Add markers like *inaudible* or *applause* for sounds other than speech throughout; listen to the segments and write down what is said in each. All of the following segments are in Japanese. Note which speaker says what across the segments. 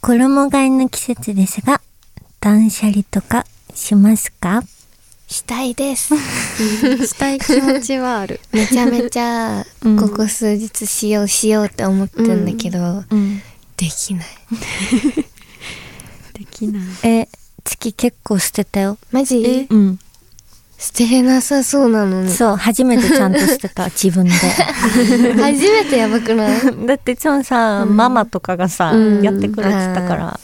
Speaker 1: 衣替えの季節ですが、断捨離とかしますか
Speaker 2: したいです。
Speaker 3: したい気持ちはある。
Speaker 2: *laughs* めちゃめちゃ、
Speaker 3: うん
Speaker 2: ここ数日しようしようって思ってんだけど、
Speaker 3: うん。
Speaker 2: できない。
Speaker 3: できない。
Speaker 1: え、月結構捨てたよ。
Speaker 2: マジ
Speaker 1: うん。
Speaker 2: 捨てれなさそうなのに。
Speaker 1: そう、初めてちゃんと捨て *laughs* た、自分で。
Speaker 2: 初めてやばくない
Speaker 1: だって、ちょんさ、ママとかがさ、
Speaker 2: うん
Speaker 1: やってくれてたから。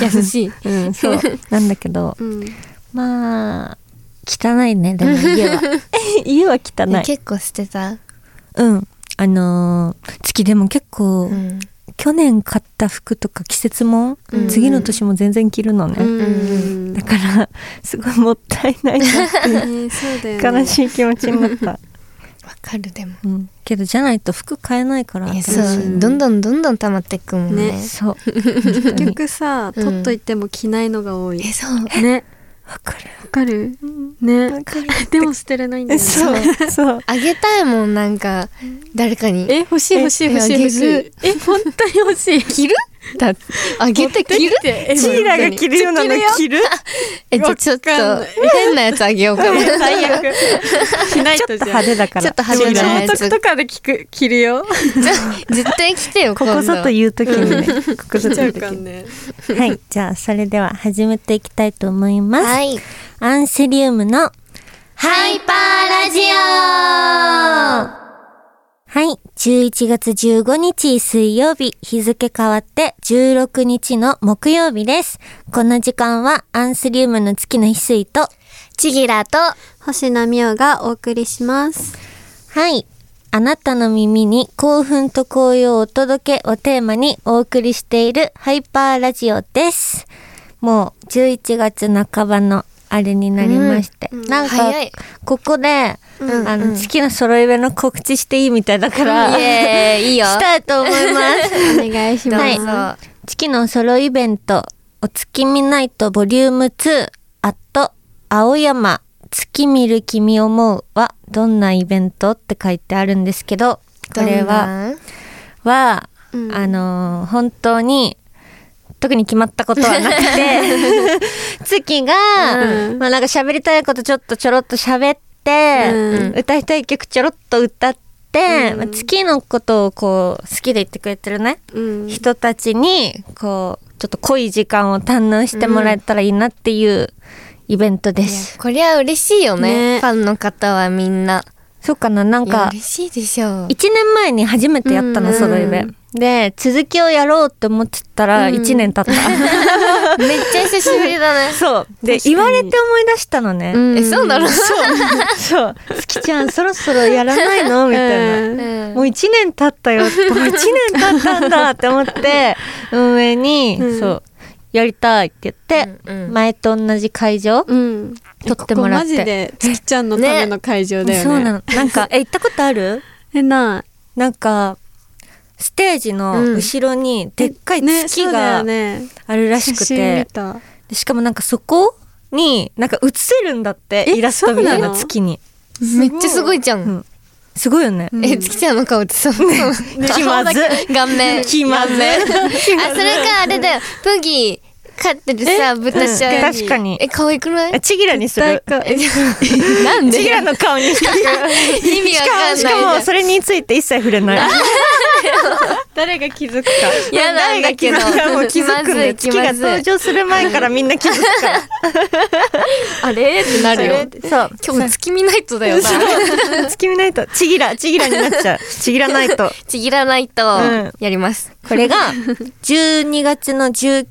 Speaker 3: 優しい。
Speaker 1: うん、 *laughs* そう。なんだけど、
Speaker 3: うん。
Speaker 1: まあ、汚いね、でも家は。 *laughs* 家は汚い。
Speaker 2: 結構捨てた。
Speaker 1: うん。あのー月でも結構、
Speaker 2: うん。
Speaker 1: 去年買った服とか季節もん、
Speaker 2: うん
Speaker 1: 次の年も全然着るのね。
Speaker 3: うん。
Speaker 1: だから、すごいもったいないな
Speaker 3: えーそうだよね。
Speaker 1: 悲しい気持ちになった。
Speaker 2: わかるでも。
Speaker 1: うん、けどじゃないと服買えないから。
Speaker 2: え
Speaker 1: 新しい
Speaker 2: そう、どんどんどんどん溜まっていくもんね。
Speaker 3: ね
Speaker 1: そう。
Speaker 3: 結局さ、
Speaker 2: うん
Speaker 3: 取っといても着ないのが多い。
Speaker 2: え、そう。
Speaker 3: ね。
Speaker 1: *laughs* わかる。
Speaker 3: わかるね
Speaker 1: わかる。
Speaker 3: でも捨てれないんだよね。
Speaker 1: そう、そう。
Speaker 2: あげたいもん、なんか、誰かに。
Speaker 3: え、欲しい欲しい
Speaker 2: え
Speaker 3: 欲しい
Speaker 2: あげ
Speaker 3: 欲
Speaker 2: る
Speaker 3: しい。え、本当に欲しい。
Speaker 2: 着るだあげて着る
Speaker 3: て
Speaker 1: チーラが着るようなの着 *laughs* る
Speaker 2: え、じゃあちょっと
Speaker 3: わかんない、
Speaker 2: 変なやつあげようかな。
Speaker 3: 最悪。着ない
Speaker 1: ちょっと
Speaker 3: とじゃん
Speaker 1: 派手だから。
Speaker 2: ちょっと派手
Speaker 3: 聖
Speaker 2: なやつ
Speaker 3: 徳とかで着く着るよ。
Speaker 2: *laughs* 絶対着てよ、
Speaker 1: こ
Speaker 2: 今
Speaker 1: こ
Speaker 2: 度
Speaker 1: ぞという時にね。ここぞ
Speaker 3: 着ち
Speaker 1: と
Speaker 3: ゃ
Speaker 1: いうう時
Speaker 3: かん
Speaker 1: に。
Speaker 3: ね。
Speaker 1: はい。じゃあ、それでは始めていきたいと思います。
Speaker 2: はい。
Speaker 1: アンセリウムの
Speaker 2: ハイパーラジ
Speaker 1: はい。11月15日水曜日、日付変わって16日の木曜日です。この時間はアンスリウムの月の翡翠と、
Speaker 2: オちぎらと、
Speaker 3: 星名美桜がお送りします。
Speaker 1: はい。あなたの耳に興奮と紅葉をお届けをテーマにお送りしているハイパーラジオです。もう11月半ばのあれになりまして。
Speaker 3: ん
Speaker 1: なんか
Speaker 2: 早い、
Speaker 1: ここで、
Speaker 2: うん
Speaker 1: あ
Speaker 2: う
Speaker 1: の、
Speaker 2: ん
Speaker 1: 月の揃い目の告知していいみたいだから、
Speaker 2: イエー *laughs* イ、いい
Speaker 1: *laughs*
Speaker 2: よ。
Speaker 1: したいと思います。
Speaker 3: お願いし
Speaker 2: ど
Speaker 3: ま
Speaker 2: う
Speaker 3: す。
Speaker 2: ぞ
Speaker 1: はい月のソロイベント、お月見ナイトボリューム2、アット、青山、月見る君思うは、どんなイベントって書いてあるんですけど、これは、、は、
Speaker 3: うん
Speaker 1: あのー本当に、特に決まったことはなくて、
Speaker 3: *laughs*
Speaker 1: 月が、
Speaker 3: うん
Speaker 1: まあなんか喋りたいことちょっとちょろっと喋って、
Speaker 3: うん
Speaker 1: 歌いたい曲ちょろっと歌って、
Speaker 3: うん
Speaker 1: まあ月のことをこう、好きで言ってくれてるね。
Speaker 3: うん
Speaker 1: 人たちにこうちょっと濃い時間を堪能してもらえたらいいなっていうイベントです。
Speaker 2: こりゃ嬉しいよね。
Speaker 3: ね
Speaker 2: ファンの方はみんな。
Speaker 1: そうかななん
Speaker 2: いや
Speaker 1: か
Speaker 2: 嬉しいでしょう。
Speaker 1: 1年前に初めてやった
Speaker 3: う
Speaker 1: の
Speaker 3: ん
Speaker 1: そのイベで続きをやろうって思ってたら
Speaker 3: うん
Speaker 1: 1年経った。
Speaker 2: めっちゃ久しぶりだね。
Speaker 1: *laughs* そうで言われて思い出したのね。
Speaker 2: *laughs*
Speaker 3: ん
Speaker 2: え、そうなの
Speaker 1: そう「月ちゃんそろそろやらないの?」みたいな。
Speaker 2: うん
Speaker 1: もう1年経ったよってもう1年経ったんだって思って運営に、
Speaker 3: うん
Speaker 1: そうやりたいって言って、
Speaker 2: うんうん
Speaker 1: 前と同じ会場、
Speaker 3: うん。
Speaker 1: 撮ってもらって
Speaker 3: ここマジで、月ちゃんのための会場だよね。
Speaker 1: そうなの。なんか、え、行ったことある
Speaker 3: え、な
Speaker 1: なんか、ステージの後ろに
Speaker 3: い
Speaker 1: でっかい
Speaker 3: ね
Speaker 1: 月
Speaker 3: そうだよ
Speaker 1: が
Speaker 3: ね
Speaker 1: あるらしく
Speaker 3: 写真見
Speaker 1: て、
Speaker 3: た。
Speaker 1: でしかもなんかそこになんか映せるんだって、
Speaker 3: え
Speaker 1: イラストみたい
Speaker 3: そうな
Speaker 1: な
Speaker 3: の
Speaker 1: 月に。
Speaker 2: めっちゃすごいじゃ。
Speaker 1: うんんすごいよね。
Speaker 3: うん
Speaker 2: え、月ちゃんの顔ってそう。 *laughs*
Speaker 1: 気まず。
Speaker 2: 顔面。
Speaker 1: 気まず
Speaker 2: 顔面あ、それか、あれだよ。プギー飼ってるさ、豚ちゃん。
Speaker 1: 確かに
Speaker 2: え、可愛くない
Speaker 1: えちぎらにする。
Speaker 2: え *laughs* なん
Speaker 1: ち
Speaker 2: で
Speaker 1: ぎらの顔にしかく
Speaker 2: 意味
Speaker 1: し
Speaker 2: わ
Speaker 1: か
Speaker 2: か
Speaker 1: も、
Speaker 2: ん
Speaker 1: しか
Speaker 2: な
Speaker 1: も
Speaker 2: いじ
Speaker 1: それについて一切触れない。
Speaker 3: 誰が気づくか。
Speaker 2: 嫌なんだ
Speaker 1: *laughs*
Speaker 2: けど
Speaker 1: 誰が気づくかもう気づくんで、
Speaker 2: 気
Speaker 1: 月が
Speaker 2: まずい気まずい
Speaker 1: 登場する前からみんな気づくから。
Speaker 2: *laughs* ゃん。あれってなるよ。
Speaker 1: そう。
Speaker 2: 今日月見ナイトだよな。
Speaker 1: 月見ないと、ちぎら、ちぎらになっち *laughs* ゃう。ちぎらないと。
Speaker 2: ちぎらないと
Speaker 1: うん、
Speaker 2: やります。
Speaker 1: これが、12月の19。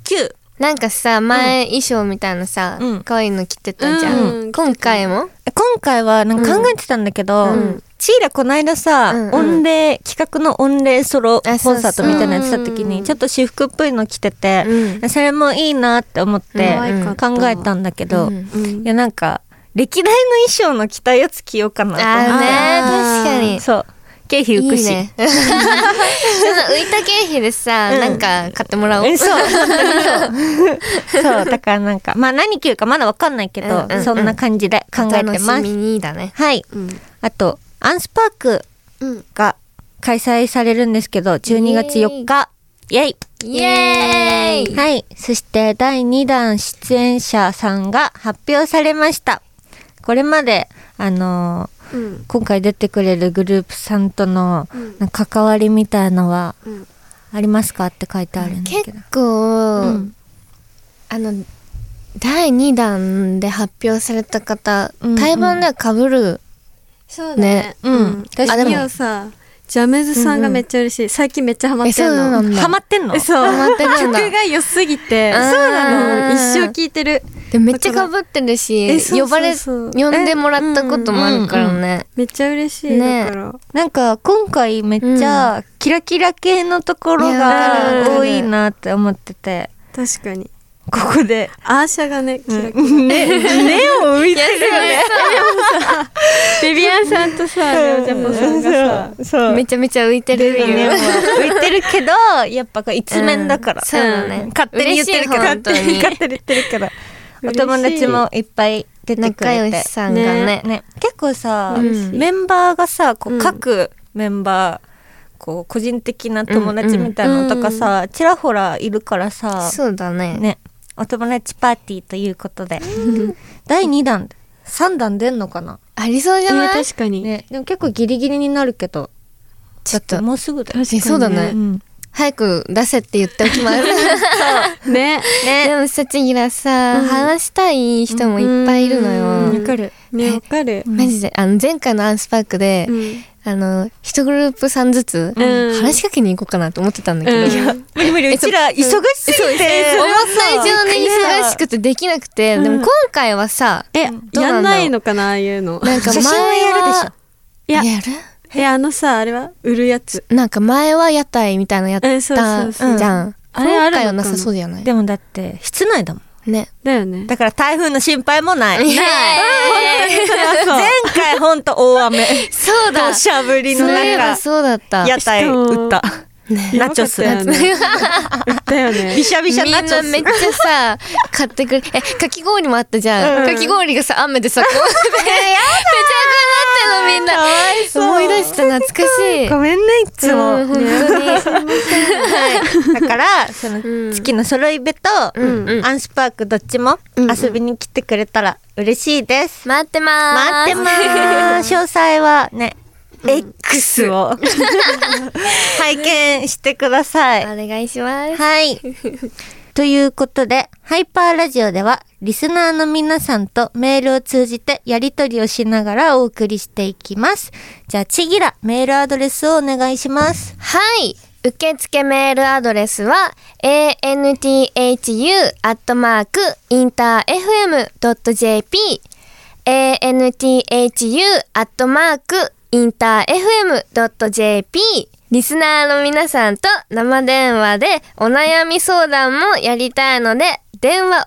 Speaker 2: なんかさ、前衣装みたいなさ
Speaker 1: うん、
Speaker 2: 可愛いの着てたじゃ
Speaker 3: うん
Speaker 2: ん。今回も
Speaker 1: 今回は、なんか考えてたんだけど、
Speaker 2: うん
Speaker 1: ちぎらこないださ、
Speaker 2: うん
Speaker 1: 音礼、企画の音礼ソロコン
Speaker 2: あそうそう
Speaker 1: サートみたいなやつだった時
Speaker 3: う
Speaker 1: に、
Speaker 3: ん
Speaker 1: ちょっと私服っぽいの着てて、
Speaker 2: うん
Speaker 1: それもいいなって思って
Speaker 3: 可愛かっ、た
Speaker 1: 考えたんだけど、
Speaker 2: うん
Speaker 3: う
Speaker 1: い
Speaker 3: ん
Speaker 1: や、なんか、歴代の衣装の着たやつ着ようかな
Speaker 2: あ
Speaker 1: と
Speaker 2: ー
Speaker 1: 思って。
Speaker 2: ね、確かに。
Speaker 1: そう。経費浮く
Speaker 2: いい
Speaker 1: し。 *laughs*
Speaker 2: ね。その浮いた経費でさ、
Speaker 1: うん
Speaker 2: なんか買ってもらおう。
Speaker 1: えそう本当に
Speaker 2: *laughs*
Speaker 1: そうそうだからなんかまあ何着るかまだわかんないけど、
Speaker 2: うんうんうん
Speaker 1: そんな感じで考えて
Speaker 2: お
Speaker 1: ま
Speaker 2: 楽しみ
Speaker 1: す
Speaker 2: にだね。
Speaker 1: はい
Speaker 3: うん。
Speaker 1: あとアンスパーク
Speaker 3: うん。
Speaker 1: が開催されるんですけど12月4日、イェイ
Speaker 2: イエーイ
Speaker 1: はい。そして第2弾出演者さんが発表されました。これまで、あのー
Speaker 2: うん
Speaker 1: 今回出てくれるグループさんとの
Speaker 2: うん
Speaker 1: なんか関わりみたいのは
Speaker 2: うん
Speaker 1: ありますかって書いてあるんだけ
Speaker 2: 結
Speaker 1: ど。
Speaker 2: 構、
Speaker 1: うん
Speaker 2: あの第2弾で発表された方、
Speaker 1: うんうん
Speaker 2: 対バンではかぶる
Speaker 3: そうだ
Speaker 2: ね
Speaker 3: ね。
Speaker 1: うん確か
Speaker 2: に
Speaker 3: あでもさ、ジャメズさんがめっちゃ嬉しい。最近めっちゃハマって
Speaker 2: え
Speaker 3: る
Speaker 2: そうな
Speaker 3: の。
Speaker 2: んだ
Speaker 1: ハマってんの
Speaker 3: えそう。
Speaker 2: ハマってるん
Speaker 3: 曲
Speaker 2: だ
Speaker 3: が良すぎて。
Speaker 2: あー
Speaker 3: なの一生聴いてる。
Speaker 2: でめっちゃかぶってる
Speaker 3: え
Speaker 2: し
Speaker 3: そう
Speaker 2: 呼ばれ
Speaker 3: そうそう
Speaker 2: 呼んでもらったこともあるからね、
Speaker 3: めっちゃ嬉しい。
Speaker 2: ね
Speaker 3: だから。
Speaker 1: なんか今回めっちゃキラキラ系のところ
Speaker 2: いや
Speaker 1: が
Speaker 2: ー
Speaker 1: 多いなって思ってて、
Speaker 3: 確かに。
Speaker 1: ここ
Speaker 2: *laughs*
Speaker 1: で。
Speaker 3: アーシャがね、キラキ
Speaker 1: ね、目を
Speaker 3: ラ。
Speaker 1: 浮いてるよね。
Speaker 3: ビビアンさんとさ、レオジャポさんがさ、
Speaker 1: そう
Speaker 2: めちゃめちゃ浮いてるっていう
Speaker 1: 浮いてるけどやっぱこう一面だから、
Speaker 2: うんそうだね
Speaker 1: 勝手に言ってるから
Speaker 2: 嬉しい本当に
Speaker 1: *laughs* 勝手に言ってるからお
Speaker 3: 嬉しい
Speaker 1: 友達もいっぱい出てく
Speaker 2: 仲
Speaker 1: れ
Speaker 2: 良
Speaker 1: て
Speaker 2: しさんがね
Speaker 1: ね結構さ、
Speaker 2: うん
Speaker 1: メンバーがさこ
Speaker 3: う
Speaker 1: うん各メンバーこう個人的な友達みたいなのとかさ、ちらほらいるからさ、
Speaker 2: そうだね
Speaker 1: ねお友達パーティーということで、第2弾3弾出んのかな、
Speaker 2: ありそうじゃ
Speaker 3: え
Speaker 2: ない、
Speaker 3: ー確かに。
Speaker 1: ね、でも結構ギリギリになるけど
Speaker 2: ちょっ
Speaker 1: だ
Speaker 2: と
Speaker 1: てもうすぐだよ
Speaker 3: 確かに
Speaker 2: そうだね
Speaker 1: うん
Speaker 2: 早く出せって言っておきます
Speaker 3: ね。
Speaker 2: でもさちぎらさ、話したい人もいっぱいいるのよ、
Speaker 1: わかる
Speaker 3: ね、わかる。
Speaker 2: マジであの前回のアンスパークで、
Speaker 3: うん
Speaker 2: あの一グループさんずつ、
Speaker 3: うん
Speaker 2: 話しかけに行こうかなと思ってたんだけど、
Speaker 3: うん
Speaker 2: いや
Speaker 1: 無理無理
Speaker 2: え
Speaker 1: うちら忙しすぎて
Speaker 2: 思った以上に忙しくてできなくて、でも今回はさ
Speaker 3: え
Speaker 2: どうなんだろう
Speaker 3: やんないのかなああいうの
Speaker 2: なんか
Speaker 1: 写
Speaker 2: 前
Speaker 1: 真はやる
Speaker 2: は
Speaker 3: でしょいや
Speaker 2: やる
Speaker 3: えあのさあれは売るやつ
Speaker 2: なんか前は屋台みたいなのやった
Speaker 3: えそうそうそう
Speaker 2: じゃん
Speaker 3: あれあ
Speaker 2: 今回
Speaker 3: るのか
Speaker 2: はな
Speaker 3: な
Speaker 2: さそうじゃない
Speaker 1: でもだって室内だもん
Speaker 3: *laughs*
Speaker 2: ね
Speaker 3: だよね
Speaker 1: だから台風の心配もない
Speaker 2: い
Speaker 1: 前回ほんと大雨
Speaker 2: そう
Speaker 1: 土
Speaker 2: だそう
Speaker 1: 砂降りの
Speaker 2: いえ
Speaker 1: 中
Speaker 2: ばそうだった
Speaker 1: 屋台売ったナチョス
Speaker 3: やばかった
Speaker 2: *laughs*
Speaker 3: よね売ったよね
Speaker 1: びしゃび
Speaker 2: みん
Speaker 1: しゃ
Speaker 2: な
Speaker 1: ナチョ
Speaker 2: めっ
Speaker 1: ス
Speaker 2: ちゃさ買ってくれえかき氷もあったじゃん、
Speaker 1: うん
Speaker 2: かき氷がさ雨で
Speaker 1: *laughs*
Speaker 2: さこうべちゃべちゃになってんのみんな
Speaker 1: かわいそう
Speaker 2: 思い出した懐かしい
Speaker 1: ごめんねいつも、
Speaker 2: うん本当に、
Speaker 1: はい、だからその月の揃い部と、
Speaker 2: うん
Speaker 1: アンスパークどっちも遊びに来てくれたら嬉しいです、
Speaker 2: 待ってます
Speaker 1: 待ってます詳細はね、X を拝見してください。
Speaker 2: *laughs* お願いします
Speaker 1: はい。ということで、ハイパーラジオでは、リスナーの皆さんとメールを通じてやりとりをしながらお送りしていきます。じゃあ、ちぎら、メールアドレスをお願いします。
Speaker 2: はい。受付メールアドレスは anthu.interfm.jp anthu.interfm.jp リスナーの皆さんと生電話でお悩み相談もやりたいので電話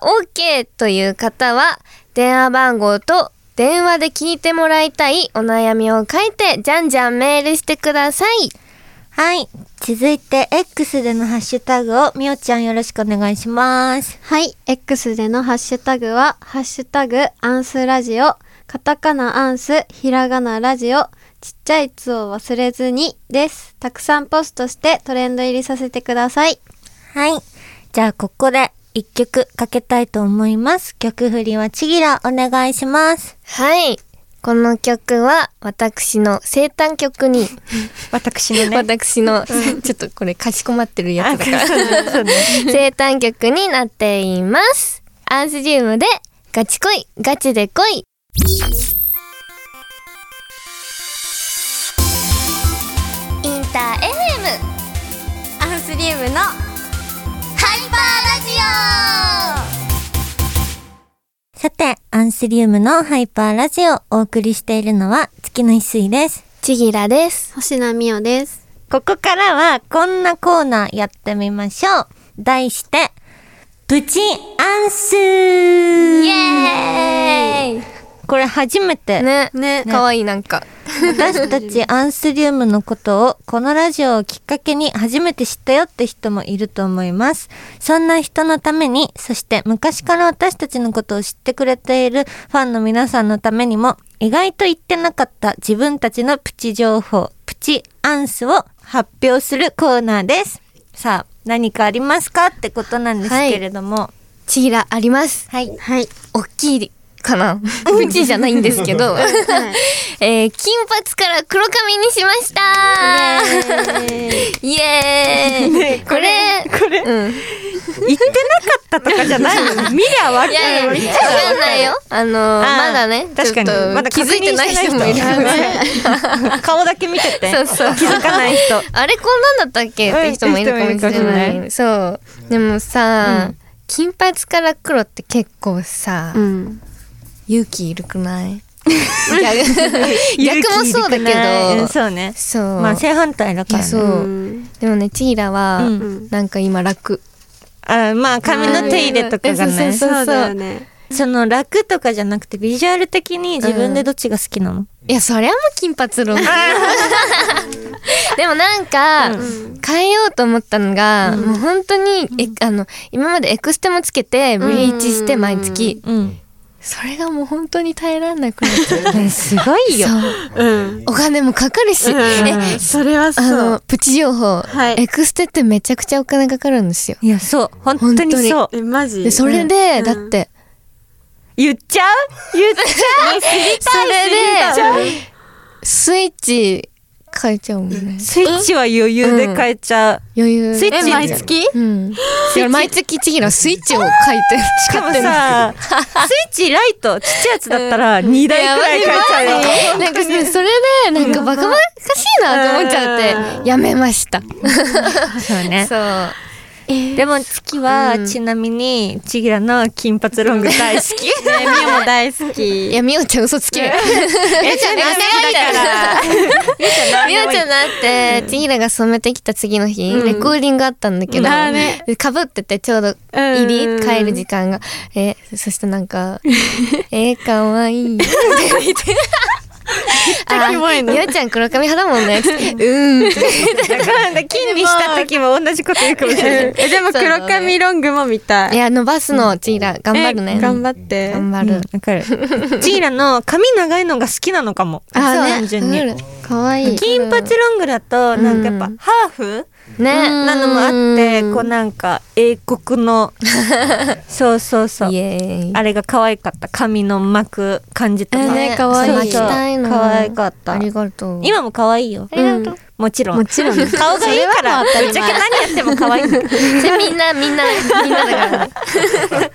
Speaker 2: OK という方は電話番号と電話で聞いてもらいたいお悩みを書いてじゃんじゃんメールしてください。
Speaker 1: はい。続いて、X でのハッシュタグを、みおちゃんよろしくお願いします。
Speaker 3: *laughs* はい。X でのハッシュタグは、ハッシュタグ、アンスラジオ、カタカナアンス、ひらがなラジオ、ちっちゃいつを忘れずに、です。たくさんポストしてトレンド入りさせてください。
Speaker 1: はい。じゃあ、ここで一曲かけたいと思います。曲振りはちぎらお願いします。
Speaker 2: はい。この曲は私の生誕曲に、
Speaker 1: 私の
Speaker 2: 私の、 *laughs* ちょっとこれかしこまってるやつだから、
Speaker 1: そうね。
Speaker 2: 生誕曲になっています。アンスジウムで、ガチ恋、ガチで恋。インター FM アンスリウムのハイパーラジオ
Speaker 1: *laughs* さて、アンスリウムのハイパーラジオをお送りしているのは月の翡翠です。
Speaker 2: ちぎらです。
Speaker 3: 星名美代です。
Speaker 1: ここからはこんなコーナーやってみましょう。題して、プチアンスイ
Speaker 2: イエーイ
Speaker 1: これ初めて
Speaker 2: ね、
Speaker 3: ね
Speaker 2: かわいいなんか。
Speaker 1: 私たちアンスリウムのことをこのラジオをきっかけに初めて知ったよって人もいると思いますそんな人のためにそして昔から私たちのことを知ってくれているファンの皆さんのためにも意外と言ってなかった自分たちのプチ情報プチアンスを発表するコーナーですさあ何かありますかってことなんですけれども。
Speaker 2: ちぎらあります。
Speaker 1: はい。
Speaker 3: はい。
Speaker 2: おっきいかな。うちじゃないんですけ *laughs* ど。
Speaker 3: はい
Speaker 2: えー金髪から黒髪にしましたイエーイこれ、
Speaker 1: これ、
Speaker 2: うん。
Speaker 1: *laughs* 言ってなかったとかじゃない見りゃわか
Speaker 2: いやいや、
Speaker 1: る。
Speaker 2: わかんないよ。あのー
Speaker 1: ー
Speaker 2: まだね、
Speaker 1: 確かに
Speaker 2: ちょっと
Speaker 1: まだ
Speaker 2: 気
Speaker 1: 確認
Speaker 2: づいてない人もいる
Speaker 1: してない人
Speaker 2: よね。
Speaker 1: *laughs* 顔だけ見てて。
Speaker 2: そうそう
Speaker 1: 気づかない人。
Speaker 2: あれこんなんだったっけって人もいるかもしれない。
Speaker 1: うん
Speaker 2: そう。でもさ、
Speaker 1: うん
Speaker 2: 金髪から黒って結構さ、
Speaker 3: うん。
Speaker 2: 勇気いるくない
Speaker 1: *laughs*
Speaker 2: 逆 *laughs* 逆もそうだけ
Speaker 1: 勇気いるくないうん
Speaker 2: ど、
Speaker 1: そうね。
Speaker 2: そう。
Speaker 1: まあ正反対だからね。
Speaker 2: そう
Speaker 3: うん。
Speaker 2: でもね、チーラは、
Speaker 1: うん
Speaker 2: なんか今楽。
Speaker 1: あまあ髪の手入れとかが
Speaker 2: うん
Speaker 1: ね。
Speaker 2: そう
Speaker 3: そうだよね。
Speaker 1: その楽とかじゃなくてビジュアル的に自分でどっちが好きなの、
Speaker 2: いや、そりゃもう金髪論。 *laughs* でもなんか、変えようと思ったのが、もう本当に、え、あの、今までエクステもつけて、ブリーチして毎月、
Speaker 1: うん。
Speaker 2: それがもう本当に耐えられなくなっちゃ
Speaker 1: *laughs*
Speaker 2: う。
Speaker 1: すごいよ。
Speaker 2: そう。
Speaker 3: うん。
Speaker 2: お金もかかるし、え、
Speaker 3: それはそ
Speaker 2: あの
Speaker 3: う。、
Speaker 2: プチ情報、
Speaker 3: はい
Speaker 2: エクステってめちゃくちゃお金かかるんですよ。
Speaker 1: いや、そう。本当にそう。
Speaker 3: え、マジ
Speaker 2: で、それで、
Speaker 3: うん
Speaker 2: だって、
Speaker 1: 言っちゃう言っちゃう
Speaker 2: そ
Speaker 1: た
Speaker 2: れで、スイッチ変えちゃうもんね。
Speaker 1: スイッチは余裕で変えちゃう。
Speaker 2: 余裕。
Speaker 1: スイッチ
Speaker 3: え、毎月
Speaker 2: うん。だから毎月ちぎらスイッチを書いて、
Speaker 1: しかも
Speaker 2: 買ってんの
Speaker 1: さ、スイッチライト、ちっちゃいやつだったら2台くらい変えちゃうよ。
Speaker 2: えなんかそれそれで、なんかバカバカしいなって思っちゃって、やめました。
Speaker 1: そうね。
Speaker 2: そう。
Speaker 1: でも月は、ちなみに、ちぎらの金髪ロング大好 *laughs* き。
Speaker 3: ね、みおも大好き。
Speaker 2: いや、みおちゃん嘘つけ。みおちゃん
Speaker 1: *laughs* 好きだから。
Speaker 2: みおちゃんだって、ちぎらが染めてきた次の日、レコーディングあったんだけど、
Speaker 3: だね
Speaker 2: かぶっててちょうど入り、帰る時間が。え、そしてなんか、 *laughs* えー、かわいい。って見て。
Speaker 3: ゃキモいの
Speaker 2: あみおちゃん黒髪派だもんね。つってうーん。
Speaker 1: だから、金にした時も同じこと言うかもしれない。
Speaker 3: え、でも黒髪ロングも見たい。
Speaker 2: いや、伸ばすの、ちぎら、頑張るね。
Speaker 3: え頑張って。
Speaker 2: 頑張
Speaker 1: *laughs* うん
Speaker 2: る。
Speaker 1: わかる。ちぎらの髪長いのが好きなのかも。
Speaker 2: そう
Speaker 1: 単純に。
Speaker 2: わか
Speaker 3: かわいい。
Speaker 1: 金髪ロングだと、なんかやっぱ、
Speaker 2: うん
Speaker 1: ハーフ
Speaker 2: るね。
Speaker 1: なのもあって
Speaker 3: うん
Speaker 1: こうなんか英国 *laughs* のそうそうそう
Speaker 2: イエーイ。
Speaker 1: あれが可愛かった髪の巻く感じとか、
Speaker 3: えーね可愛い
Speaker 1: そう
Speaker 2: 巻き
Speaker 1: そう
Speaker 2: たいの。
Speaker 1: 可愛かった
Speaker 2: ありがとう。
Speaker 1: 今も可愛いよ、
Speaker 3: うん
Speaker 2: *laughs*
Speaker 1: もちろん
Speaker 3: もちろんね
Speaker 1: 顔がいいからぶっ
Speaker 3: それはもう
Speaker 1: ちゃけ何やっても可愛いんだけど
Speaker 2: それみんな、みんな、みんなだからね。
Speaker 1: *laughs*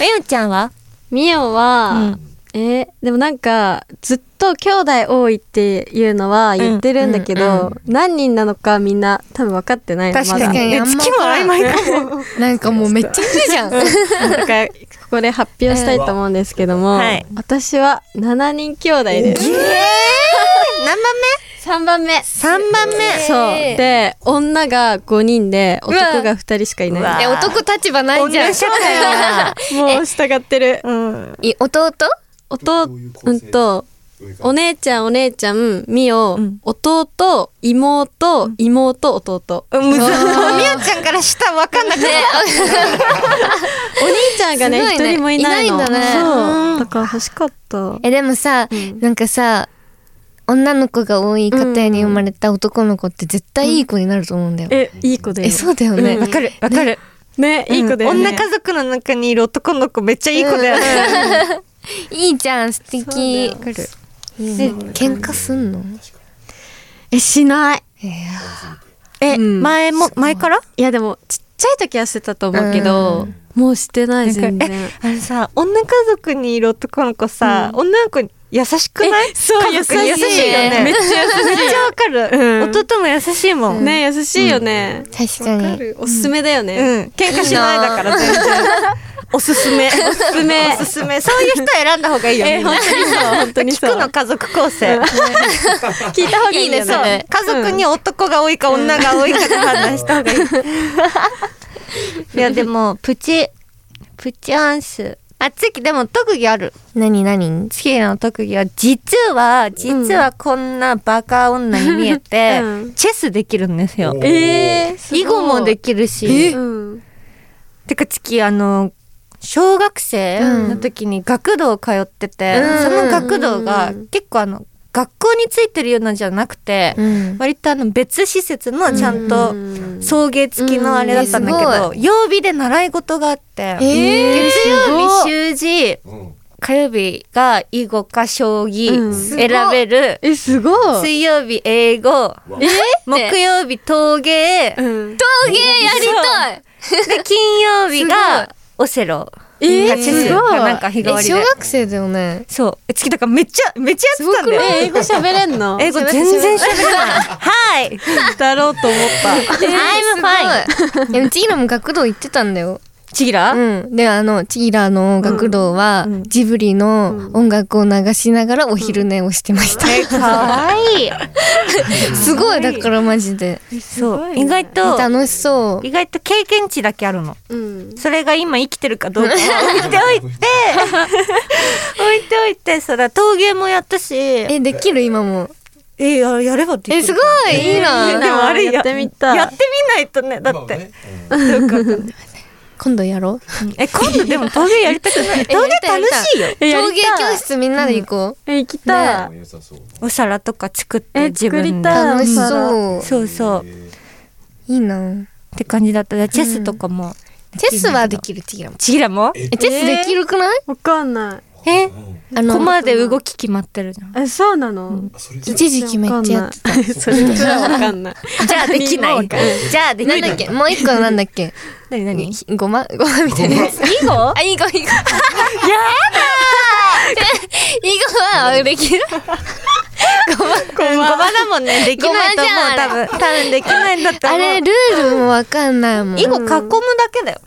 Speaker 1: えゆちゃんは
Speaker 3: みおは、えーでもなんか、ずっと兄弟多いっていうのは言ってるんだけ
Speaker 2: うん
Speaker 3: ど、何人なのかみんな多分分かってないの、まだ。
Speaker 2: かに
Speaker 1: え
Speaker 2: あんま
Speaker 1: 月も曖昧かも
Speaker 2: なんかもうめっちゃいるじゃん。
Speaker 3: だから、ここで発表したいと思うんですけども、
Speaker 1: はい
Speaker 3: 私は7人兄弟です。
Speaker 1: 何番
Speaker 3: 3番目。
Speaker 1: 目3番目
Speaker 3: そう。で、女が5人で、
Speaker 2: うわ
Speaker 3: 男が2人しかいない。
Speaker 2: え、男立場ないじゃん。
Speaker 1: そうだよな
Speaker 3: もう従ってる。
Speaker 1: うん
Speaker 2: *laughs* い弟
Speaker 3: 弟、うんと、お姉ちゃん、お姉ちゃん、みお、
Speaker 1: うん
Speaker 3: 弟、妹、妹、弟。
Speaker 1: うんむずみやちゃんから下わかんなくなった
Speaker 3: お兄ちゃんがね、
Speaker 2: すごい
Speaker 3: 一、
Speaker 2: ね
Speaker 3: 人もいないの。
Speaker 2: いないんだね
Speaker 3: そう
Speaker 1: う。ん
Speaker 3: だから欲しかった。
Speaker 2: え、でもさ、なんかさ、女の子が多い家庭に生まれた男の子って絶対いい子になると思うんだよ。
Speaker 3: え、いい子だよ
Speaker 2: え、。そうだよね。
Speaker 1: わかるわかる
Speaker 3: ね、いい子だよ、ね。
Speaker 1: 女家族の中にいる男の子めっちゃいい子だよね
Speaker 2: いいじゃん、素敵。
Speaker 1: わかる
Speaker 2: え、喧嘩すんの
Speaker 3: え、しない。
Speaker 1: え、
Speaker 3: うん
Speaker 1: 前も前から
Speaker 3: いや、でも、ちっちゃい時はしてたと思うけど、もうしてない、全然
Speaker 1: え。あのさ女家族にいる男の子さ、女の子に優しくない
Speaker 3: そう、
Speaker 1: 家
Speaker 3: 優しい
Speaker 1: 族に優しいよね
Speaker 3: めっちゃ優しい。
Speaker 1: *laughs* めっちゃわかる、
Speaker 3: うん
Speaker 1: 弟も優しいもん、
Speaker 3: ね優しいよね。
Speaker 2: 確か
Speaker 3: わか
Speaker 2: に。
Speaker 3: るおすすめだよ
Speaker 1: うん
Speaker 3: ね。
Speaker 1: 喧嘩しないだから全然おすすめおすすめおすすめそういう人選んだ方がいいよね、
Speaker 3: え本当にそう本当にそう
Speaker 1: 聞くの家族構成、
Speaker 3: 聞いた方がいいよね。
Speaker 1: そう家族に男が多いか女が多いかで判断した方がいい、いやでもプチプチアンスあ次でも特技ある
Speaker 2: 何
Speaker 1: 好
Speaker 2: 何
Speaker 1: きな特技は実は実はこんなバカ女に見えて、
Speaker 3: うん
Speaker 1: チェスできるんですよ。
Speaker 3: えー、
Speaker 1: 囲碁もできるし。
Speaker 3: うん。
Speaker 1: てか月あの小学生の時に学童通ってて、
Speaker 2: うん
Speaker 1: その学童が結構あの。学校についてるようなじゃなくて、
Speaker 2: うん
Speaker 1: 割とあの別施設のちゃんと
Speaker 3: うん
Speaker 1: 送迎付きのあれだったんだけど、曜日で習い事があって、
Speaker 2: え
Speaker 1: 月曜日習字
Speaker 4: うん
Speaker 1: 火曜日が囲碁か将
Speaker 3: う
Speaker 1: 棋
Speaker 3: ん
Speaker 1: 選べる、
Speaker 3: えすごい
Speaker 1: 水曜日英語木曜日陶
Speaker 3: *laughs*
Speaker 1: 芸、
Speaker 3: うん
Speaker 2: 陶芸やりたい
Speaker 1: で金曜日がオセロがチェス
Speaker 2: す
Speaker 1: が
Speaker 3: ごい
Speaker 1: なんか日替わ
Speaker 2: え
Speaker 1: り
Speaker 2: 小
Speaker 1: で
Speaker 2: 学生だよね
Speaker 1: そうえ月だからめっちゃめっちゃやってたんだよ
Speaker 3: え *laughs* 英語喋れんの
Speaker 1: 英語全然喋れないはい
Speaker 3: だろうと
Speaker 1: *laughs*
Speaker 3: 思っ
Speaker 2: す
Speaker 1: I'm
Speaker 2: ご
Speaker 1: fine
Speaker 2: いでもちぎらも学童行ってたんだよ
Speaker 1: ちぎら
Speaker 2: うん、であのチギラの学童は
Speaker 1: うん
Speaker 2: ジブリの音楽を流しながらお昼寝をしてました、
Speaker 1: えかわいい
Speaker 2: すごいだからマジで
Speaker 1: そう意外と
Speaker 2: 楽しそう
Speaker 1: 意外と経験値だけあるの
Speaker 3: うん
Speaker 1: それが今生きてるかどうかは置いておいて置いておいてそら陶芸もやったしえ
Speaker 2: えできる今も
Speaker 1: ややればできる
Speaker 2: えすごいいい
Speaker 1: で
Speaker 2: な
Speaker 1: もあれ
Speaker 3: やってみたい
Speaker 1: やってみないとねだって、
Speaker 4: ね
Speaker 1: よくわかんない
Speaker 2: 今度やろう
Speaker 1: え今度でも陶芸やりたくない
Speaker 2: え
Speaker 1: 陶芸 *laughs* 楽しいよ
Speaker 2: 陶
Speaker 3: えやり
Speaker 2: 芸
Speaker 3: たい
Speaker 2: 教室みんなで行こう、
Speaker 3: え行き
Speaker 4: う
Speaker 3: たい
Speaker 4: ん良さそう
Speaker 1: お皿とか作って
Speaker 3: え
Speaker 1: 自分
Speaker 3: 作
Speaker 1: で
Speaker 3: りた
Speaker 2: 楽し
Speaker 3: うん
Speaker 2: そう
Speaker 1: そうそう
Speaker 4: え
Speaker 2: いいな
Speaker 1: って感じだったでチェスとかも
Speaker 2: チェスはできるチギラも
Speaker 1: ちぎらも
Speaker 2: えチェスできるくない、
Speaker 3: わかんな
Speaker 1: え
Speaker 4: ーうん
Speaker 2: あの
Speaker 1: 駒で動き決まってるじゃん
Speaker 3: いえそうなの
Speaker 4: あそれ
Speaker 2: 一時期めっちゃやってた
Speaker 3: *laughs* てたそれすらわかんない
Speaker 1: じゃあできない
Speaker 3: 何もわかんない
Speaker 1: じゃあできな
Speaker 2: なん
Speaker 1: い
Speaker 2: だっけもう一個なんだっけ
Speaker 1: 何何
Speaker 2: ひごまごまみたいなやつ
Speaker 1: 囲碁
Speaker 2: あ、いい子、いい子。やだーいい子は、できる。
Speaker 1: ごまだもん *laughs* ねできないと思う
Speaker 2: ごまじ
Speaker 1: 多
Speaker 2: ゃん
Speaker 1: 分多分できないんだと思
Speaker 2: あ
Speaker 1: う
Speaker 2: れ、ルールもわかんないもん。
Speaker 1: 囲碁囲むだけだよ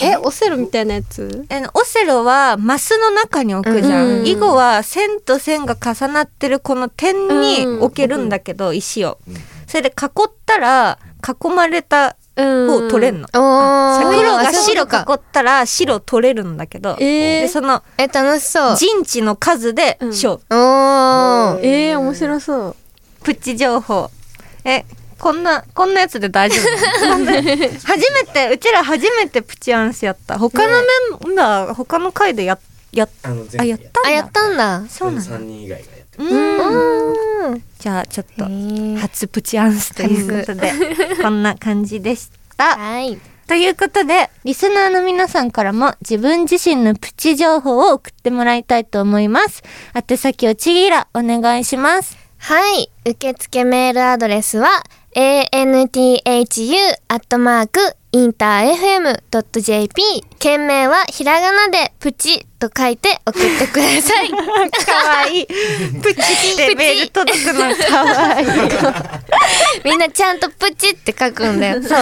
Speaker 3: えオセロみたいなやつ
Speaker 1: えオセロはマスの中に置くじゃ
Speaker 2: うんん
Speaker 1: 囲碁は線と線が重なってるこの点に
Speaker 3: うん
Speaker 1: 置けるんだけど石を
Speaker 4: うん
Speaker 1: それで囲ったら囲まれた
Speaker 3: う
Speaker 1: 方取れんの
Speaker 2: おー。
Speaker 1: 黒が
Speaker 2: そうい
Speaker 1: 白
Speaker 2: うこと
Speaker 1: 囲
Speaker 2: か。
Speaker 1: ったら白取れるんだけど
Speaker 3: え
Speaker 1: で
Speaker 3: ー
Speaker 1: その
Speaker 2: え、楽しそう。
Speaker 1: 陣地の数で勝負
Speaker 2: おー。
Speaker 3: えー面白そう
Speaker 1: プチ情報えこんなこんなやつで大丈夫こんな初めてうちら初めてプチアンスやった他のメンバー、他の回でややっ
Speaker 4: あの全
Speaker 1: あやったんだ
Speaker 2: あ、やったんだ。
Speaker 1: そうなんだ
Speaker 4: 三人以外がやってる
Speaker 1: うん
Speaker 2: うん。
Speaker 1: じゃあちょっと
Speaker 2: は
Speaker 1: 初プチアンスということでこんな感じでした。
Speaker 2: い。
Speaker 1: ということでリスナーの皆さんからも自分自身のプチ情報を送ってもらいたいと思います。宛先をちぎらお願いします。
Speaker 2: はい。受付メールアドレスは、anthu.interfm.jp。件名はひらがなでプチと書いて送ってください。
Speaker 1: 可愛いい。プチってメール届くの可愛いい。
Speaker 2: みんなちゃんとプチって書くんだよ。
Speaker 1: そう、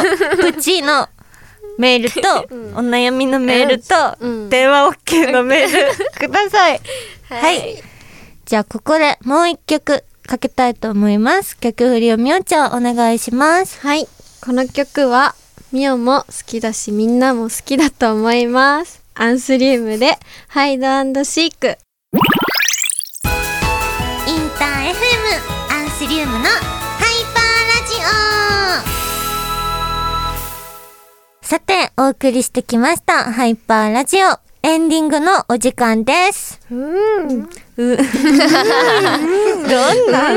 Speaker 1: プチのメールと、お悩みのメールと、
Speaker 3: うん
Speaker 1: 電話 OK のメールください。は。
Speaker 2: はい
Speaker 1: じゃあ、ここでもう一曲かけたいと思います。曲振りをみおちゃんお願いします。
Speaker 3: はいこの曲はミオも好きだしみんなも好きだと思いますアンスリウムでハイドシーク
Speaker 1: インター FM アンスリウムのハイパーラジオさて、お送りしてきました、ハイパーラジオ。エンディングのお時間です。 *laughs* うん。どんな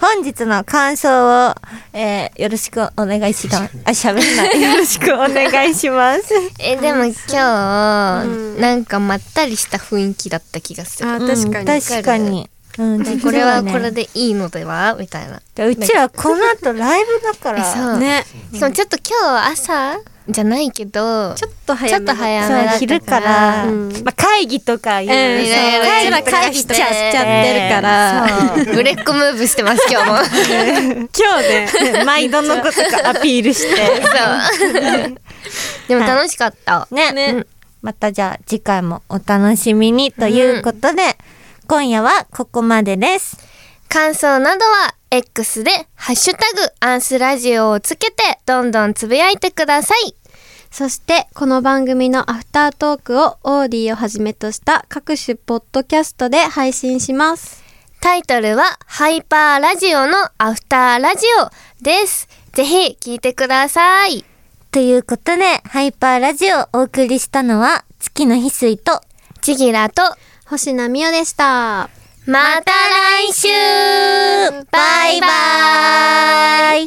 Speaker 1: 本日の感想を、えーよろしくお願いします。あ、喋れない。 *laughs* よろしくお願いします。
Speaker 2: えでも今日
Speaker 3: うん
Speaker 2: なんかまったりした雰囲気だった気がする。
Speaker 3: あ確か
Speaker 1: うん
Speaker 3: に
Speaker 1: *laughs* 確かに。うん、実
Speaker 2: これは
Speaker 1: はね
Speaker 2: これでいいのではみたいな。
Speaker 1: うちらこの後ライブだか
Speaker 2: えそ
Speaker 1: ら。
Speaker 2: う
Speaker 3: ね
Speaker 2: しかもちょっと今日朝じゃないけど、
Speaker 3: ちょっと
Speaker 2: ちょ
Speaker 3: 早
Speaker 2: っ
Speaker 3: め
Speaker 2: と早めだった
Speaker 1: そう昼から、
Speaker 3: うん
Speaker 1: まあ、会議とかいろ
Speaker 3: え
Speaker 1: い
Speaker 3: え
Speaker 1: ろ
Speaker 3: そう
Speaker 2: ね
Speaker 3: 会議
Speaker 2: うちら
Speaker 3: 会議しちゃしちゃってるか
Speaker 1: そ
Speaker 3: ら
Speaker 1: う
Speaker 2: 売れっ子ムーブしてます *laughs* 今日も。そう。
Speaker 3: 今日ね
Speaker 1: ね毎度のことかアピールして
Speaker 2: でも楽しかった。
Speaker 1: ね
Speaker 3: ね
Speaker 1: またじゃあ次回もお楽しみにということで、今夜はここまでです
Speaker 2: 感想などは X でハッシュタグアンスラジオをつけてどんどんつぶやいてください。
Speaker 3: そしてこの番組のアフタートークをオーディをはじめとした各種ポッドキャストで配信します
Speaker 2: タイトルはハイパーラジオのアフターラジオです。ぜひ聞いてください。
Speaker 1: ということでハイパーラジオをお送りしたのは月の翡翠と
Speaker 2: ちぎらと
Speaker 3: 星名美代でした
Speaker 2: また来週バイバイ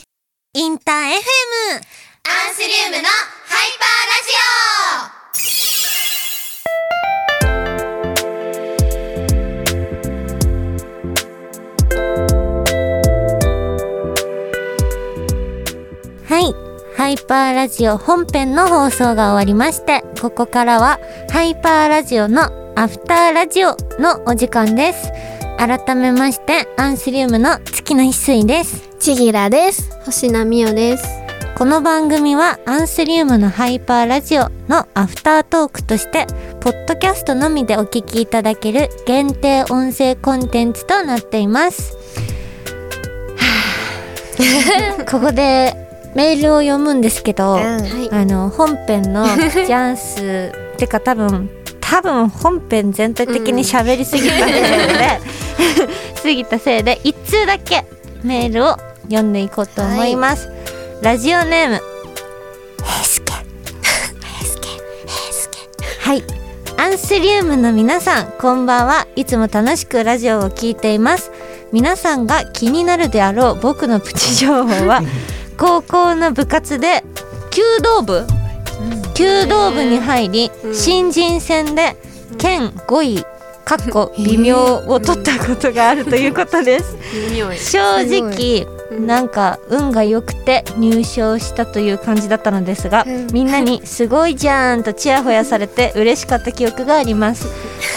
Speaker 1: インター FM!
Speaker 4: アンスリウムのハイパーラジオ
Speaker 1: はい。ハイパーラジオ本編の放送が終わりまして、ここからはハイパーラジオのアフターラジオのお時間です。改めまして、アンスリウムの月の翡翠です。
Speaker 2: ちぎらです。
Speaker 3: 星名美代です。
Speaker 1: この番組はアンスリウムのハイパーラジオのアフタートークとして、ポッドキャストのみでお聞きいただける限定音声コンテンツとなってい
Speaker 2: *laughs*
Speaker 1: ます。はぁここでメールを読むんですけど、
Speaker 3: はい。
Speaker 1: あの本編のジャンスてか多分多分本編全体的に喋りすぎたせいで、過ぎたせいで一通だけメールを読んでいこうと思います、ラジオネームへすけへすけへすけはいアンスリウムの皆さんこんばんはいつも楽しくラジオを聞いています皆さんが気になるであろう僕のプチ情報は高校の部活で弓道部弓道部に入り、新人戦で県5位かっこ微妙を取ったことがあるということです正直なんか運が良くて入賞したという感じだったのですが、みんなに「すごいじゃん」とちやほやされて嬉しかった記憶があり *laughs* ます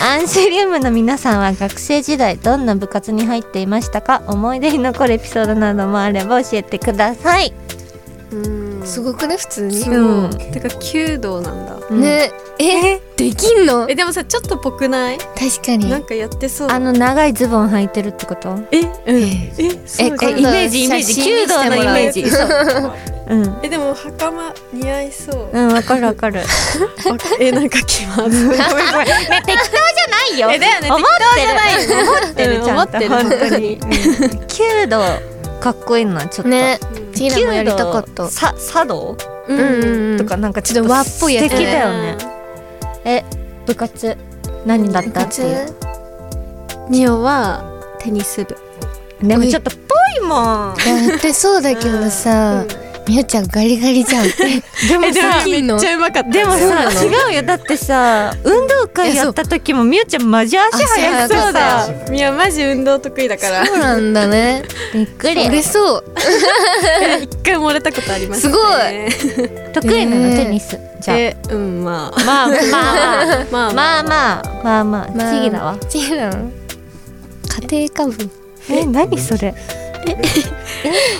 Speaker 1: アンシリウムの皆さんは学生時代どんな部活に入っていましたか思い出に残るエピソードなどもあれば教えてください、
Speaker 2: すごくね、普通に。
Speaker 1: うん
Speaker 5: てか弓道なんだ
Speaker 2: ね、え、できんの
Speaker 5: えでもさちょっとぽくない
Speaker 2: 確かに
Speaker 5: なんかやってそう
Speaker 1: あの長いズボン履いてるってこと
Speaker 5: えうんえそうなんだ
Speaker 2: え今度写真見せてもらおう
Speaker 1: そう *laughs* うん
Speaker 5: えでも袴似合いそう
Speaker 3: *laughs*
Speaker 1: うんわかるわかる
Speaker 5: あえなんか気まずい
Speaker 1: 適当じゃないよ
Speaker 5: えだよね
Speaker 1: 思ってる思ってる
Speaker 5: うん
Speaker 1: ち
Speaker 5: 思
Speaker 1: ゃんと
Speaker 5: ってる
Speaker 1: 本当に弓道かっこいいなちょっと
Speaker 2: ね、ちぎらもや
Speaker 1: 弓道
Speaker 2: りたかった。
Speaker 1: さ茶道
Speaker 2: うんうんうん
Speaker 1: とかなんかちょっと
Speaker 2: 和っぽいやつね
Speaker 1: 素敵だよねえ部活何だったっていう
Speaker 3: ミオはテニス部。
Speaker 1: でもちょっとっぽいもん
Speaker 2: やってそうだけどさ、みよちゃんガリガリじゃん。
Speaker 1: でも
Speaker 5: えでも
Speaker 1: さ
Speaker 5: めっちゃうまかった
Speaker 1: でもさ違うよだってさ運動会やった時もみゆちゃんマジ足速そうだ
Speaker 2: 足
Speaker 5: みやマジ運動得意だから
Speaker 2: そうなんだね。
Speaker 1: びっく
Speaker 2: 折れそう。
Speaker 5: 一回漏れたことありますね
Speaker 2: すご
Speaker 1: 得意なの
Speaker 2: ねえ
Speaker 1: テニスじゃあ
Speaker 5: えうんまあ
Speaker 1: まあまあ
Speaker 5: まあ
Speaker 1: まあまあまあまあ
Speaker 2: まあ
Speaker 1: ちぎらは
Speaker 2: ちぎらの家庭科部。
Speaker 1: え何それ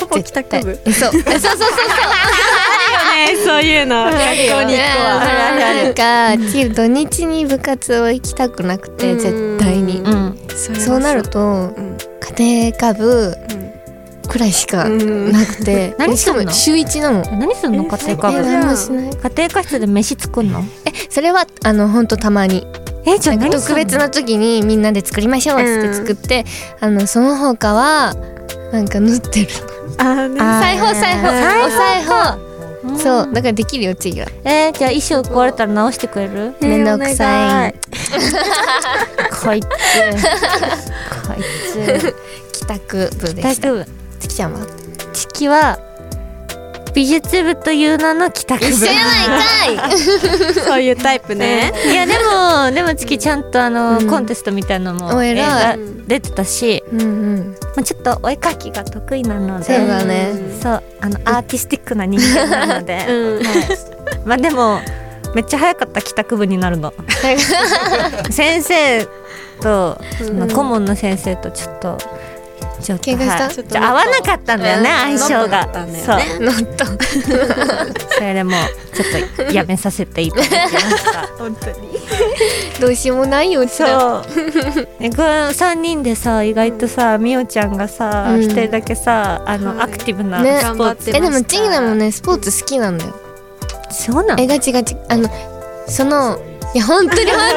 Speaker 5: ほぼ帰宅部
Speaker 2: え *laughs* そう。そうそう
Speaker 5: だ
Speaker 2: そう
Speaker 5: よねそういうの学校に行くわ
Speaker 2: なんかちぎる土日に部活を行きたくなくて
Speaker 5: うん
Speaker 2: 絶対に
Speaker 1: う。ん
Speaker 2: そうなると
Speaker 5: うん
Speaker 2: 家庭科部
Speaker 5: うん
Speaker 2: くらいしか
Speaker 5: うん
Speaker 2: なくて。
Speaker 1: 何すんの
Speaker 2: しかも週一なの。
Speaker 1: 何すんの家庭科
Speaker 5: う
Speaker 2: え
Speaker 5: ん
Speaker 1: 部
Speaker 2: 何もしない。
Speaker 1: 家庭科室で飯作んの
Speaker 2: えそれはあの本当たまに。
Speaker 1: えじゃあ何すん
Speaker 2: 特
Speaker 1: の
Speaker 2: 別な時にみんなで作りましょうっつって作って、あのその他はなんか縫ってる
Speaker 5: あね
Speaker 1: あー
Speaker 2: 裁縫裁縫
Speaker 1: 裁縫
Speaker 2: お裁縫
Speaker 1: うん
Speaker 2: そうだからできるよちぎら
Speaker 1: えじゃあ衣装壊れたら直してくれる
Speaker 2: めんどくさい
Speaker 1: こいつこいつ
Speaker 2: 帰宅部
Speaker 1: *laughs*
Speaker 2: で
Speaker 1: 大
Speaker 2: した
Speaker 1: 丈夫
Speaker 2: 月ちゃんは
Speaker 1: チキは美術部という名の帰宅部
Speaker 2: 一緒やないかい
Speaker 5: そういうタイプね
Speaker 1: いやでもでもチキちゃんとあの、コンテストみたいなのも
Speaker 2: お偉い
Speaker 1: 映画出てたし、
Speaker 2: うんうん
Speaker 1: まあ、ちょっとお絵描きが得意なので
Speaker 2: そうだね
Speaker 1: そうあのアーティスティックな人間なので、
Speaker 3: *laughs*
Speaker 5: うん
Speaker 1: はいまあでもめっちゃ早かった帰宅部になるの先生とその顧問の先生とちょっとちょっと
Speaker 2: 喧嘩した
Speaker 1: はいちょっと合わなかったんだよね
Speaker 2: うん
Speaker 1: 相性
Speaker 5: 合わなかった
Speaker 1: が、
Speaker 5: んだよね
Speaker 1: そう
Speaker 2: ノット
Speaker 1: *laughs* それでもうちょっとやめさせていただきました
Speaker 5: 本当に
Speaker 2: どうしようもないようちら
Speaker 1: そう。ね、この三人でさ、意外とさ、みおちゃんがさ、
Speaker 2: うん
Speaker 1: 一人だけさ、あの、アクティブな
Speaker 2: ね
Speaker 1: スポーツ。
Speaker 2: えでもちぎらもねスポーツ好きなんだよ
Speaker 1: そうなの。
Speaker 2: えがちがちあのそのいや本当に本当に本当に本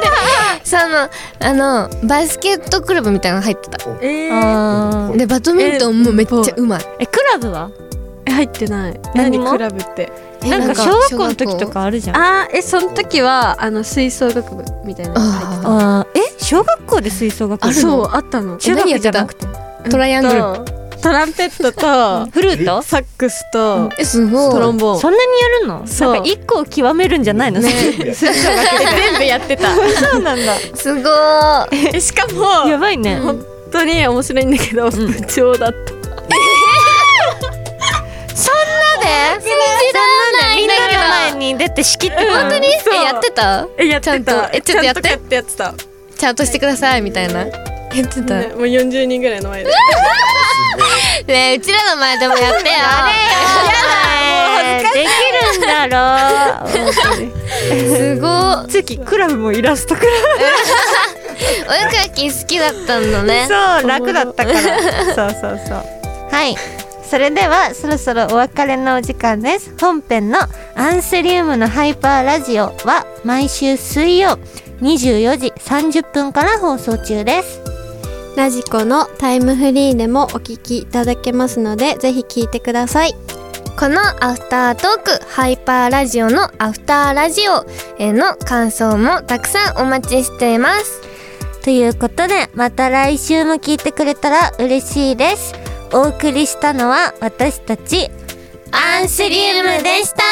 Speaker 2: 当にそのあのバスケットクラブみたいなの入ってた
Speaker 5: え
Speaker 1: あー
Speaker 2: でバドミントンもめっちゃうまい
Speaker 1: え、クラブは。
Speaker 5: え入ってない
Speaker 1: 何
Speaker 5: 何
Speaker 1: も
Speaker 5: クラブって
Speaker 2: え
Speaker 1: なんか小学校の時と
Speaker 2: か
Speaker 1: かあるじゃん。あ
Speaker 5: あーえその時はあの吹奏楽部みたいなのが入って
Speaker 2: あ
Speaker 5: た
Speaker 1: あー、え、小学校で吹奏楽
Speaker 3: あ
Speaker 1: 部
Speaker 3: そうあったの
Speaker 1: 中学じゃなくて
Speaker 2: トライアングル。
Speaker 5: トランペットと
Speaker 1: フルート
Speaker 5: サックスと
Speaker 2: え、すごい。
Speaker 5: トロンボーン
Speaker 1: そんなにやるのなん
Speaker 5: そう
Speaker 1: か一個を極めるんじゃないの、
Speaker 5: 全部やってた
Speaker 1: そうなんだ
Speaker 2: すごーい。
Speaker 5: しかも
Speaker 1: *laughs* やばいね、
Speaker 5: 本当に面白いんだけど不調だった
Speaker 2: そんなで信じられない
Speaker 1: み
Speaker 2: ん
Speaker 1: んな
Speaker 2: だ
Speaker 1: の前
Speaker 2: けど。
Speaker 1: に出て仕切って
Speaker 5: うん
Speaker 1: た
Speaker 2: 本当に
Speaker 5: そう
Speaker 2: え、やってた
Speaker 5: えやって
Speaker 2: ちゃん
Speaker 5: た
Speaker 2: とえちょっとやって
Speaker 5: ちゃんやってた
Speaker 2: ちゃんとしてください、みたいな。やってた。
Speaker 5: ねもう40人ぐらいの前で
Speaker 2: ねえ、うちらの前でもやってよ。
Speaker 1: やだできるんだろう
Speaker 2: すごーい。
Speaker 1: *laughs* 次クラブもイラストクラ
Speaker 2: お絵描き好きだったんだね。
Speaker 1: ブそう楽だったから
Speaker 5: そうそうそう
Speaker 1: はい。それではそろそろお別れのお時間です。本編のアンスリウムのハイパーラジオは毎週水曜24時30分から放送中です。
Speaker 3: ラジコのタイムフリーでもお聞きいただけますのでぜひ聞いてください
Speaker 2: このアフタートークハイパーラジオのアフターラジオへの感想もたくさんお待ちしています。
Speaker 1: ということでまた来週も聞いてくれたら嬉しいです。お送りしたのは私たち
Speaker 2: アンスリウムでした